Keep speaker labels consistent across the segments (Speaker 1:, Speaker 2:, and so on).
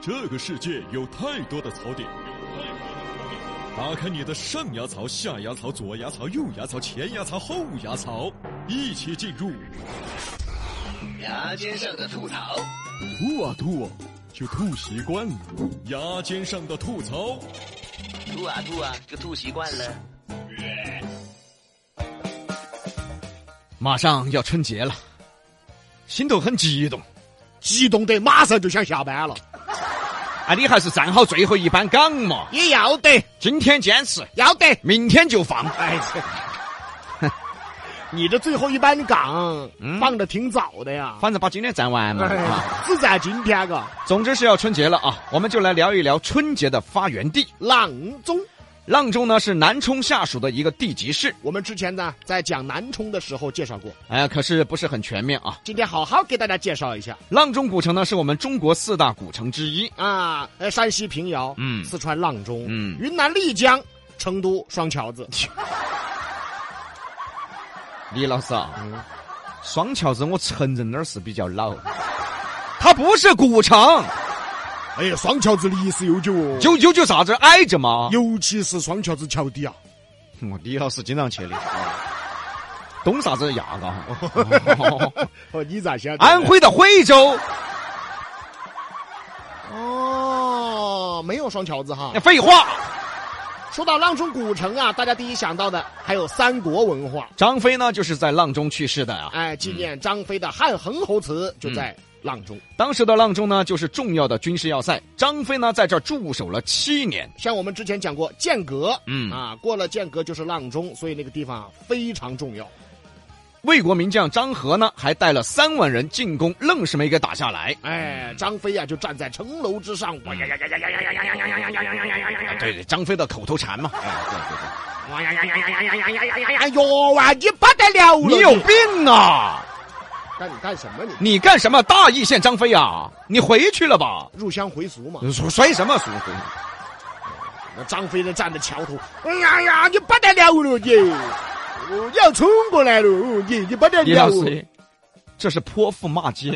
Speaker 1: 这个世界有太多的槽点，打开你的上牙槽、下牙槽、左牙槽、右牙槽、前牙槽、后牙槽，一起进入
Speaker 2: 牙尖上的吐槽，
Speaker 1: 吐啊吐啊，就吐习惯了。牙尖上的吐槽，
Speaker 2: 吐啊吐啊，就吐习惯了。
Speaker 3: 马上要春节了，心头很激动。
Speaker 4: 激动得马上就想下班了。
Speaker 3: 啊，你还是站好最后一班岗嘛！
Speaker 4: 也要得，
Speaker 3: 今天坚持，
Speaker 4: 要得。
Speaker 3: 明天就放。
Speaker 4: 哎， 你这最后一班岗、放的挺早的呀。
Speaker 3: 反正把今天站完嘛。啊
Speaker 4: 哎，只在今天个
Speaker 3: 总之是要春节了啊，我们就来聊一聊春节的发源地。
Speaker 4: 阆中。
Speaker 3: 阆中呢是南充下属的一个地级市，
Speaker 4: 我们之前呢在讲南充的时候介绍过，
Speaker 3: 哎、可是不是很全面啊。
Speaker 4: 今天好好给大家介绍一下
Speaker 3: 阆中古城呢是我们中国四大古城之一。
Speaker 4: 啊。呃，山西平遥，
Speaker 3: 嗯
Speaker 4: 四川阆中，
Speaker 3: 嗯
Speaker 4: 云南丽江，成都双桥子。
Speaker 3: 李老师啊，
Speaker 4: 嗯
Speaker 3: 双桥子我承认那儿是比较老，它不是古城，
Speaker 4: 哎呀，双桥子历史悠久哦，
Speaker 3: 九九九啥子挨着嘛。
Speaker 4: 尤其是双桥子桥底啊，
Speaker 3: 我李老师经常去的， 懂啥子牙嘎？
Speaker 4: 哦，你咋想？
Speaker 3: 安徽的徽州，
Speaker 4: 哦，没有双桥子哈。
Speaker 3: 废话，
Speaker 4: 说到阆中古城啊，大家第一想到的还有三国文化，
Speaker 3: 张飞呢就是在阆中去世的啊。
Speaker 4: 哎，纪念张飞的汉恒侯祠就在阆中。
Speaker 3: 当时的阆中呢就是重要的军事要塞，张飞呢在这儿驻守了七年。
Speaker 4: 像我们之前讲过剑阁，
Speaker 3: 嗯
Speaker 4: 啊，过了剑阁就是阆中，所以那个地方啊非常重要。
Speaker 3: 魏国名将张合呢还带了三万人进攻，愣是没给打下来。
Speaker 4: 哎，张飞啊就站在城楼之上，哇呀呀呀呀呀呀呀呀呀呀呀呀呀呀呀呀呀！
Speaker 3: 对对，张飞的口头禅嘛。哎，对对对，
Speaker 4: 哇呀呀呀呀呀呀呀呀呀呀呀！哟哇，你不得了了！
Speaker 3: 你有病啊！
Speaker 4: 干你干什么你？
Speaker 3: 你干什么大义县张飞啊？你回去了吧？
Speaker 4: 入乡回俗嘛。
Speaker 3: 摔摔什么书？
Speaker 4: 那张飞呢站在桥头，哎呀呀，你不得了了你！哦，你要冲过来了，哦你你不得
Speaker 3: 李老
Speaker 4: 了了！
Speaker 3: 师，这是泼妇骂街。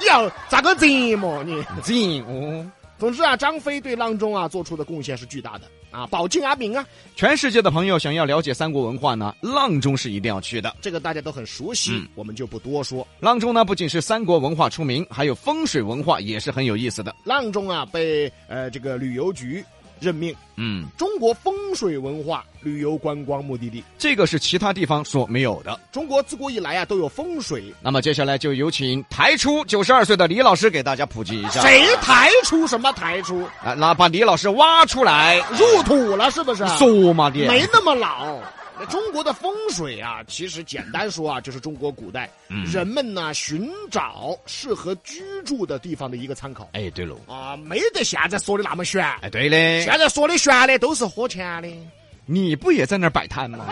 Speaker 4: 你要咋个这么你？
Speaker 3: 进哦！
Speaker 4: 总之啊，张飞对阆中啊做出的贡献是巨大的啊，保境安民啊，
Speaker 3: 全世界的朋友想要了解三国文化呢，阆中是一定要去的。
Speaker 4: 这个大家都很熟悉，
Speaker 3: 嗯
Speaker 4: 我们就不多说。
Speaker 3: 阆中呢，不仅是三国文化出名，还有风水文化也是很有意思的。
Speaker 4: 阆中啊被呃这个旅游局任命
Speaker 3: 嗯，
Speaker 4: 中国风水文化旅游观光目的地。
Speaker 3: 这个是其他地方所没有的。
Speaker 4: 中国自古以来啊都有风水，
Speaker 3: 那么接下来就有请台出九十二岁的李老师给大家普及一下。
Speaker 4: 谁抬出什么抬出，
Speaker 3: 啊，那把李老师挖出来，
Speaker 4: 入土了是啊不是？
Speaker 3: 说嘛的，
Speaker 4: 没那么老。那中国的风水啊，其实简单说啊，就是中国古代、
Speaker 3: 嗯
Speaker 4: 人们呢寻找适合居住的地方的一个参考
Speaker 3: 哎，对喽，
Speaker 4: 啊，没得现在说的那么玄。
Speaker 3: 哎，对嘞，
Speaker 4: 现在说的玄的都是花钱的，
Speaker 3: 你不也在那儿摆摊吗？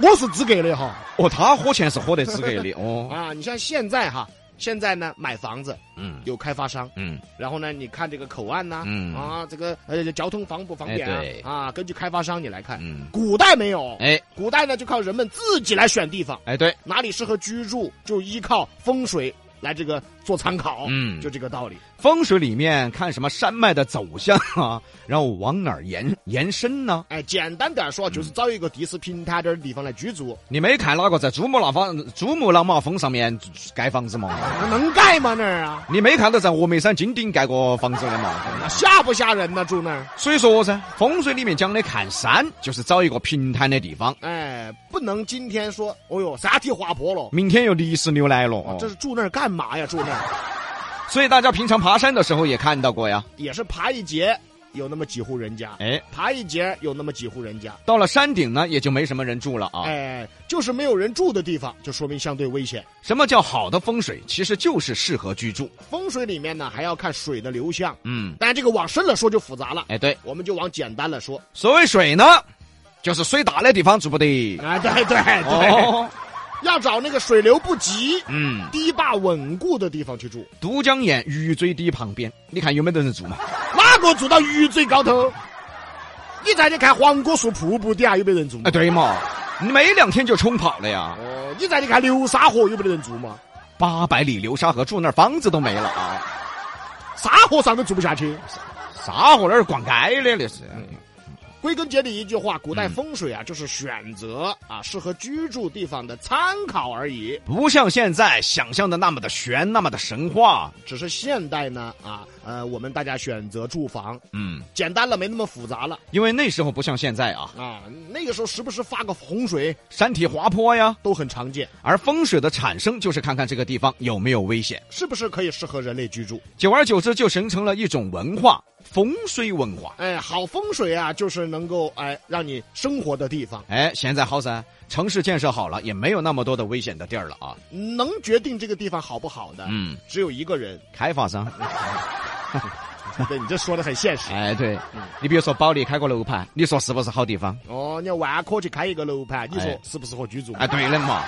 Speaker 4: 我是资格的哈
Speaker 3: 哦，他火钱是火得资格的 哦，
Speaker 4: 啊！你像现在哈，现在呢买房子
Speaker 3: 嗯
Speaker 4: 有开发商，
Speaker 3: 嗯，
Speaker 4: 然后呢你看这个口岸呐、
Speaker 3: 嗯
Speaker 4: 啊这个呃交通方不方便啊、
Speaker 3: 哎对
Speaker 4: 啊，根据开发商你来看，
Speaker 3: 嗯
Speaker 4: 古代没有，
Speaker 3: 哎
Speaker 4: 古代呢就靠人们自己来选地方。
Speaker 3: 哎，对，
Speaker 4: 哪里适合居住，就依靠风水来这个做参考，
Speaker 3: 嗯
Speaker 4: 就这个道理。
Speaker 3: 风水里面看什么山脉的走向啊，然后往哪儿延延伸呢？
Speaker 4: 哎，简单点说，就是找一个地势平坦点儿的地方来居住，
Speaker 3: 你没看哪个在珠穆朗峰珠穆朗玛峰上面盖房子吗？
Speaker 4: 能盖吗那儿啊？
Speaker 3: 你没看到在峨眉山金顶盖过房子的吗？
Speaker 4: 吓不吓人呢？住那儿，
Speaker 3: 所以说噻，风水里面讲的看山，就是找一个平坦的地方。
Speaker 4: 哎，不能今天说，哦哟，山体滑坡了，
Speaker 3: 明天又泥石流来了，哦
Speaker 4: 这是住那儿干嘛呀？住那儿
Speaker 3: 所以大家平常爬山的时候也看到过呀。
Speaker 4: 也是爬一节，有那么几户人家，
Speaker 3: 哎，
Speaker 4: 爬一节有那么几户人家，
Speaker 3: 到了山顶呢，也就没什么人住了啊。
Speaker 4: 哎，就是没有人住的地方，就说明相对危险。
Speaker 3: 什么叫好的风水？其实就是适合居住。
Speaker 4: 风水里面呢，还要看水的流向，
Speaker 3: 嗯，
Speaker 4: 但这个往深了说就复杂了，
Speaker 3: 哎，对，
Speaker 4: 我们就往简单了说。
Speaker 3: 所谓水呢，就是水大的地方住不得。
Speaker 4: 啊，对对对，
Speaker 3: 哦，
Speaker 4: 要找那个水流不急、
Speaker 3: 嗯，
Speaker 4: 堤坝稳固的地方去住。
Speaker 3: 都江堰鱼嘴堤旁边，你看有没得人 住嘛？
Speaker 4: 哪个住到鱼嘴高头？你再去看黄果树瀑布底下有没得人住嘛
Speaker 3: 哎，？对嘛，你没两天就冲跑了呀。
Speaker 4: 哦，你再去看流沙河有没得人住嘛？
Speaker 3: 八百里流沙河，住那儿房子都没了啊！
Speaker 4: 啥和尚都住不下去。
Speaker 3: 啥伙那是逛街的那是。
Speaker 4: 归根结底一句话，古代风水啊，就是选择啊适合居住地方的参考而已。
Speaker 3: 不像现在想象的那么的玄，那么的神话。
Speaker 4: 只是现代呢啊呃，我们大家选择住房
Speaker 3: 嗯，
Speaker 4: 简单了，没那么复杂了
Speaker 3: 因为那时候不像现在啊，
Speaker 4: 啊。那个时候时不时发个洪水
Speaker 3: 山体滑坡呀。
Speaker 4: 都很常见，
Speaker 3: 而风水的产生就是看看这个地方有没有危险，
Speaker 4: 是不是可以适合人类居住？
Speaker 3: 久而久之就形成了一种文化——风水文化。
Speaker 4: 哎，好风水啊，就是能够哎让你生活的地方，
Speaker 3: 哎，现在好噻，城市建设好了，也没有那么多的危险的地儿了啊。
Speaker 4: 能决定这个地方好不好的，
Speaker 3: 嗯，
Speaker 4: 只有一个人。
Speaker 3: 开发商，
Speaker 4: 对你这说的很现实。
Speaker 3: 哎，对，你比如说保利开个楼盘，你说是不是好地方？
Speaker 4: 哦，你要万科去开一个楼盘，你
Speaker 3: 哎
Speaker 4: 说适不适合居住？
Speaker 3: 哎，对了嘛。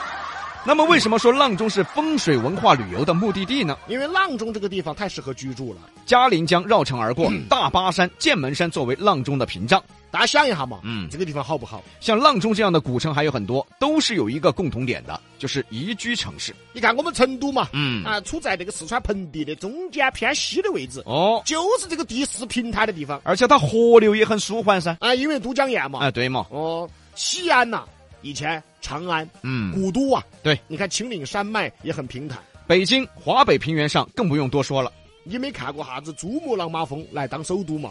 Speaker 3: 那么为什么说阆中是风水文化旅游的目的地呢？
Speaker 4: 因为阆中这个地方太适合居住了。
Speaker 3: 嘉陵江绕城而过，大巴山、剑门山作为阆中的屏障。
Speaker 4: 大家想一下嘛，
Speaker 3: 嗯
Speaker 4: 这个地方好不好？
Speaker 3: 像阆中这样的古城还有很多，都是有一个共同点的，就是宜居城市。
Speaker 4: 你看我们成都嘛，
Speaker 3: 嗯
Speaker 4: 啊，处在这个四川盆地的中间偏西的位置，
Speaker 3: 哦，
Speaker 4: 就是这个地势平坦的地方
Speaker 3: 而且它河流也很舒缓噻。
Speaker 4: 啊，因为都江堰嘛。
Speaker 3: 哎，对嘛，
Speaker 4: 哦，西安呐、以前长安、
Speaker 3: 嗯，
Speaker 4: 古都啊，
Speaker 3: 对，
Speaker 4: 你看秦岭山脉也很平坦。
Speaker 3: 北京、华北平原上更不用多说了。
Speaker 4: 你没看过啥子珠穆朗玛峰来当首都嘛？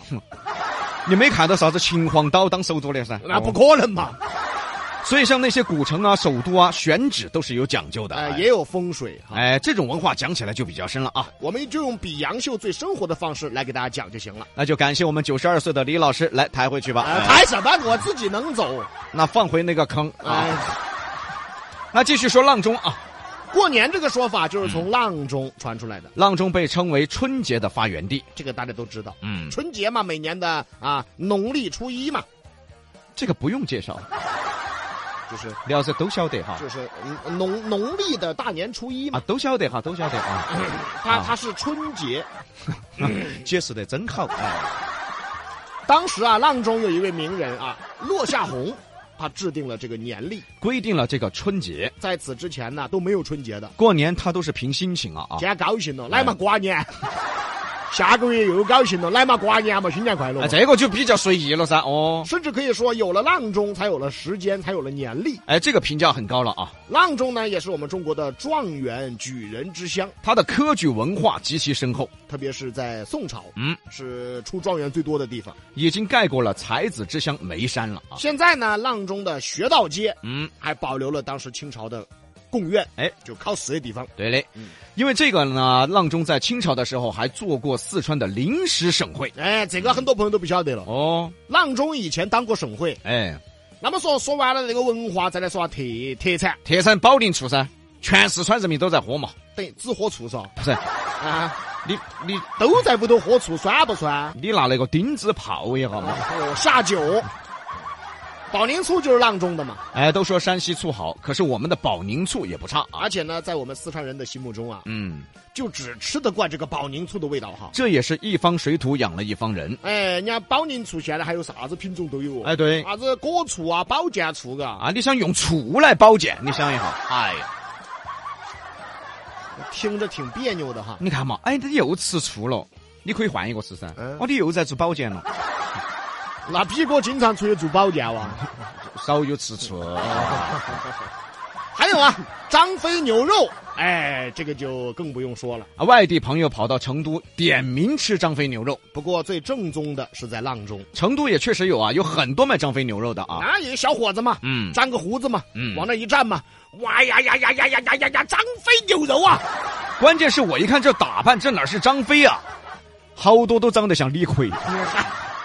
Speaker 3: 你没看到啥子秦皇岛当首都的噻？
Speaker 4: 那不可能嘛！
Speaker 3: 啊所以像那些古城啊、首都啊，选址都是有讲究的。
Speaker 4: 哎、
Speaker 3: 哎，
Speaker 4: 也有风水哈。
Speaker 3: 哎，这种文化讲起来就比较深了啊。
Speaker 4: 我们就用比杨秀最生活的方式来给大家讲就行了。
Speaker 3: 那就感谢我们九十二岁的李老师来抬回去吧。
Speaker 4: 啊，
Speaker 3: 哎
Speaker 4: 抬什么？我自己能走。
Speaker 3: 那放回那个坑啊。
Speaker 4: 哎，
Speaker 3: 那继续说阆中啊，
Speaker 4: 过年这个说法就是从阆中传出来的，
Speaker 3: 阆中被称为春节的发源地。
Speaker 4: 这个大家都知道。
Speaker 3: 嗯，
Speaker 4: 春节嘛，每年的啊农历初一嘛，
Speaker 3: 这个不用介绍，
Speaker 4: 就是
Speaker 3: 李老师都晓得哈。
Speaker 4: 就是嗯农农历的大年初一
Speaker 3: 啊
Speaker 4: 嘛，，
Speaker 3: 都晓得哈，都晓得啊，
Speaker 4: 它它是春节。嗯
Speaker 3: 解释的真好。哎，
Speaker 4: 当时啊，阆中有一位名人啊，落下红，他制定了这个年历。
Speaker 3: 规定了这个春节，
Speaker 4: 在此之前呢，都没有春节的，
Speaker 3: 过年它都是凭心情啊啊。
Speaker 4: 今天高兴了，来嘛瓜年。 下个月又高兴了，来嘛瓜年嘛，新年快乐嘛
Speaker 3: 哎，。这个就比较随意了噻。哦，
Speaker 4: 甚至可以说，有了阆中，才有了时间，才有了年历。
Speaker 3: 哎，这个评价很高了啊。
Speaker 4: 阆中呢，也是我们中国的状元举人之乡，
Speaker 3: 它的科举文化极其深厚，
Speaker 4: 特别是在宋朝，
Speaker 3: 嗯，啊
Speaker 4: 是出状元最多的地方。
Speaker 3: 已经盖过了才子之乡眉山了啊。
Speaker 4: 现在呢，阆中的学道街
Speaker 3: 嗯，
Speaker 4: 还保留了当时清朝的贡院，
Speaker 3: 哎，
Speaker 4: 就靠死的地方。
Speaker 3: 对嘞
Speaker 4: 嗯，
Speaker 3: 因为这个呢，阆中在清朝的时候还做过四川的临时省会。
Speaker 4: 哎，这个很多朋友都不晓得了。
Speaker 3: 哦，
Speaker 4: 阆中以前当过省会。
Speaker 3: 哎，
Speaker 4: 那么说说完了这个文化，再来说下特特产，
Speaker 3: 特产保定醋噻，全四川人民都在喝嘛。
Speaker 4: 等于只喝醋嗦
Speaker 3: 不 是，
Speaker 4: 啊，
Speaker 3: 你你
Speaker 4: 都在屋头喝醋，酸不酸？
Speaker 3: 你拿那个钉子泡一下嘛。
Speaker 4: 哦，下酒。保宁醋就是阆中的嘛，
Speaker 3: 哎，都说山西醋好，可是我们的保宁醋也不差啊。
Speaker 4: 而且呢，在我们四川人的心目中啊，
Speaker 3: 嗯，
Speaker 4: 就只吃得惯这个保宁醋的味道哈。
Speaker 3: 这也是一方水土养了一方人。
Speaker 4: 哎，人家保宁醋现在还有啥子品种都有哦，
Speaker 3: 哎，对
Speaker 4: 啥子果醋啊、保健醋啊，
Speaker 3: 啊，你想用醋来保健，你想一下，哎呀，
Speaker 4: 听着挺别扭的哈。
Speaker 3: 你看嘛，哎，你又吃醋了，你可以换一个吃噻。
Speaker 4: 嗯
Speaker 3: 哦，你又在做保健了，
Speaker 4: 那比哥经常出去做保健哇。
Speaker 3: 少有吃醋。
Speaker 4: 还有 啊，张飞牛肉，哎，这个就更不用说了。
Speaker 3: 啊，外地朋友跑到成都点名吃张飞牛肉，
Speaker 4: 不过最正宗的是在阆中，
Speaker 3: 成都也确实有啊，有很多卖张飞牛肉的啊。
Speaker 4: 啊，有小伙子嘛，
Speaker 3: 嗯
Speaker 4: 粘个胡子嘛，
Speaker 3: 嗯
Speaker 4: 往那一站嘛，哇呀呀呀呀呀呀呀呀，张飞牛肉啊！
Speaker 3: 关键是我一看这打扮，这哪是张飞啊，好多都长得像李逵。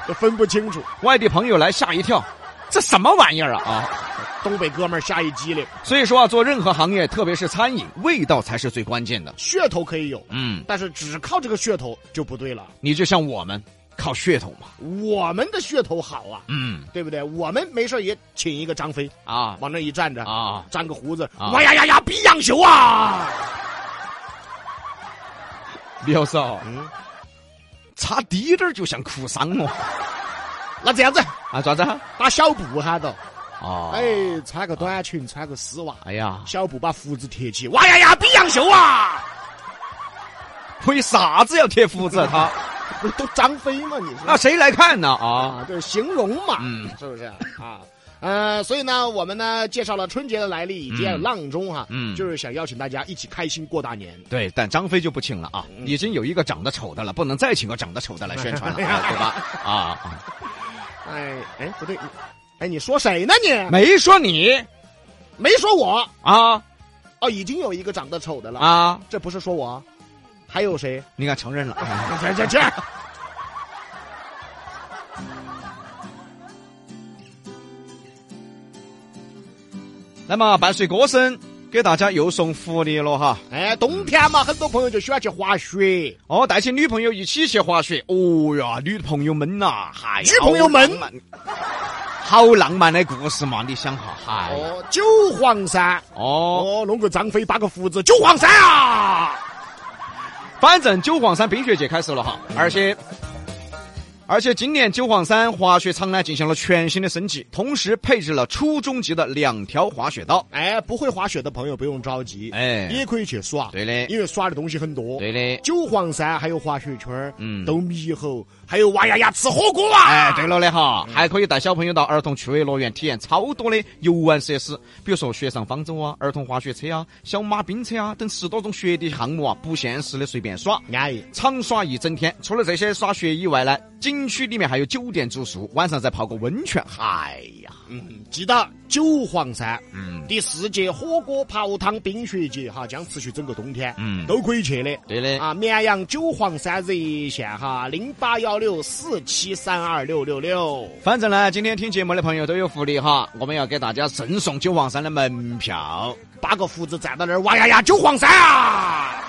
Speaker 4: 这分不清楚。
Speaker 3: 外地朋友来吓一跳，这什么玩意儿啊啊！
Speaker 4: 东北哥们儿下一激灵，
Speaker 3: 所以说啊，做任何行业，特别是餐饮，味道才是最关键的。
Speaker 4: 噱头可以有，
Speaker 3: 嗯，
Speaker 4: 但是只靠这个噱头就不对了。
Speaker 3: 你就像我们靠噱头嘛。
Speaker 4: 我们的噱头好啊，
Speaker 3: 嗯
Speaker 4: 对不对？我们没事儿也请一个张飞
Speaker 3: 啊
Speaker 4: 往那一站着，
Speaker 3: 啊，
Speaker 4: 粘个胡子，
Speaker 3: 啊
Speaker 4: 哇呀呀呀，比杨秀啊！
Speaker 3: 李老师啊，
Speaker 4: 嗯，
Speaker 3: 差滴点儿就像哭丧哦。
Speaker 4: 那这样子，
Speaker 3: 啊，咋子啊？
Speaker 4: 把小布喊到，
Speaker 3: 哦，
Speaker 4: 哎，穿个短裙，穿个丝袜，
Speaker 3: 哎呀，
Speaker 4: 小布把胡子贴起，哇呀呀，比杨秀啊！
Speaker 3: 为啥子要贴胡子啊？他
Speaker 4: 不是都张飞吗？你说
Speaker 3: 那谁来看呢？啊，
Speaker 4: 啊，就是形容嘛，
Speaker 3: 嗯
Speaker 4: 是不是啊？呃，所以呢，我们呢介绍了春节的来历以及
Speaker 3: 嗯
Speaker 4: 浪中哈，
Speaker 3: 嗯
Speaker 4: 就是想邀请大家一起开心过大年。
Speaker 3: 对，但张飞就不请了啊，已经有一个长得丑的了，不能再请个长得丑的来宣传 了，啊对吧？啊啊，
Speaker 4: 哎哎，不对，你哎，你说谁呢你？
Speaker 3: 没说你
Speaker 4: 没说我
Speaker 3: 啊
Speaker 4: 哦，已经有一个长得丑的了，
Speaker 3: 啊，
Speaker 4: 这不是说我，还有谁？
Speaker 3: 你看承认了。哎
Speaker 4: 这这这。
Speaker 3: 那么伴随歌声，给大家又送福利了哈。
Speaker 4: 哎，冬天嘛，很多朋友就喜欢去滑雪。
Speaker 3: 哦，带起女朋友一起去滑雪。哦呀，女朋友们呐、嗨，
Speaker 4: 女朋友们
Speaker 3: 好浪漫，好浪漫的故事嘛！你想哈，嗨，
Speaker 4: 哦，九黄山。
Speaker 3: 哦，
Speaker 4: 哦，弄个张飞把个胡子，九黄山啊！
Speaker 3: 反正九黄山冰雪节开始了哈，而且。而且今年九黄山滑雪场呢进行了全新的升级，同时配置了初中级的两条滑雪道。
Speaker 4: 哎，不会滑雪的朋友不用着急，
Speaker 3: 哎
Speaker 4: 也可以去耍。
Speaker 3: 对的
Speaker 4: 因为耍的东西很多。
Speaker 3: 对的
Speaker 4: 九黄山还有滑雪圈儿，
Speaker 3: 嗯
Speaker 4: 斗猕猴，还有哇呀呀吃火锅啊！
Speaker 3: 哎，对，了的哈，还可以带小朋友到儿童趣味乐园体验超多的游玩设施，比如说雪上方舟啊、儿童滑雪车啊、小马冰车啊等十多种雪地项目啊，不限时的随便耍。
Speaker 4: 安逸。
Speaker 3: 长耍一整天，除了这些耍雪以外呢，景区里面还有酒店住宿，晚上再泡个温泉。嗨呀，
Speaker 4: 嗯，记得九黄山，
Speaker 3: 嗯
Speaker 4: 第四届火锅泡汤冰雪节哈，将持续整个冬天，
Speaker 3: 嗯
Speaker 4: 都可以去的。
Speaker 3: 对的
Speaker 4: 啊，绵阳九黄山热线哈，零八幺六四七三二六六六。
Speaker 3: 反正呢，今天听节目的朋友都有福利哈，我们要给大家赠送九黄山的门票。
Speaker 4: 八个胡子站到那儿，哇呀呀，九黄山啊！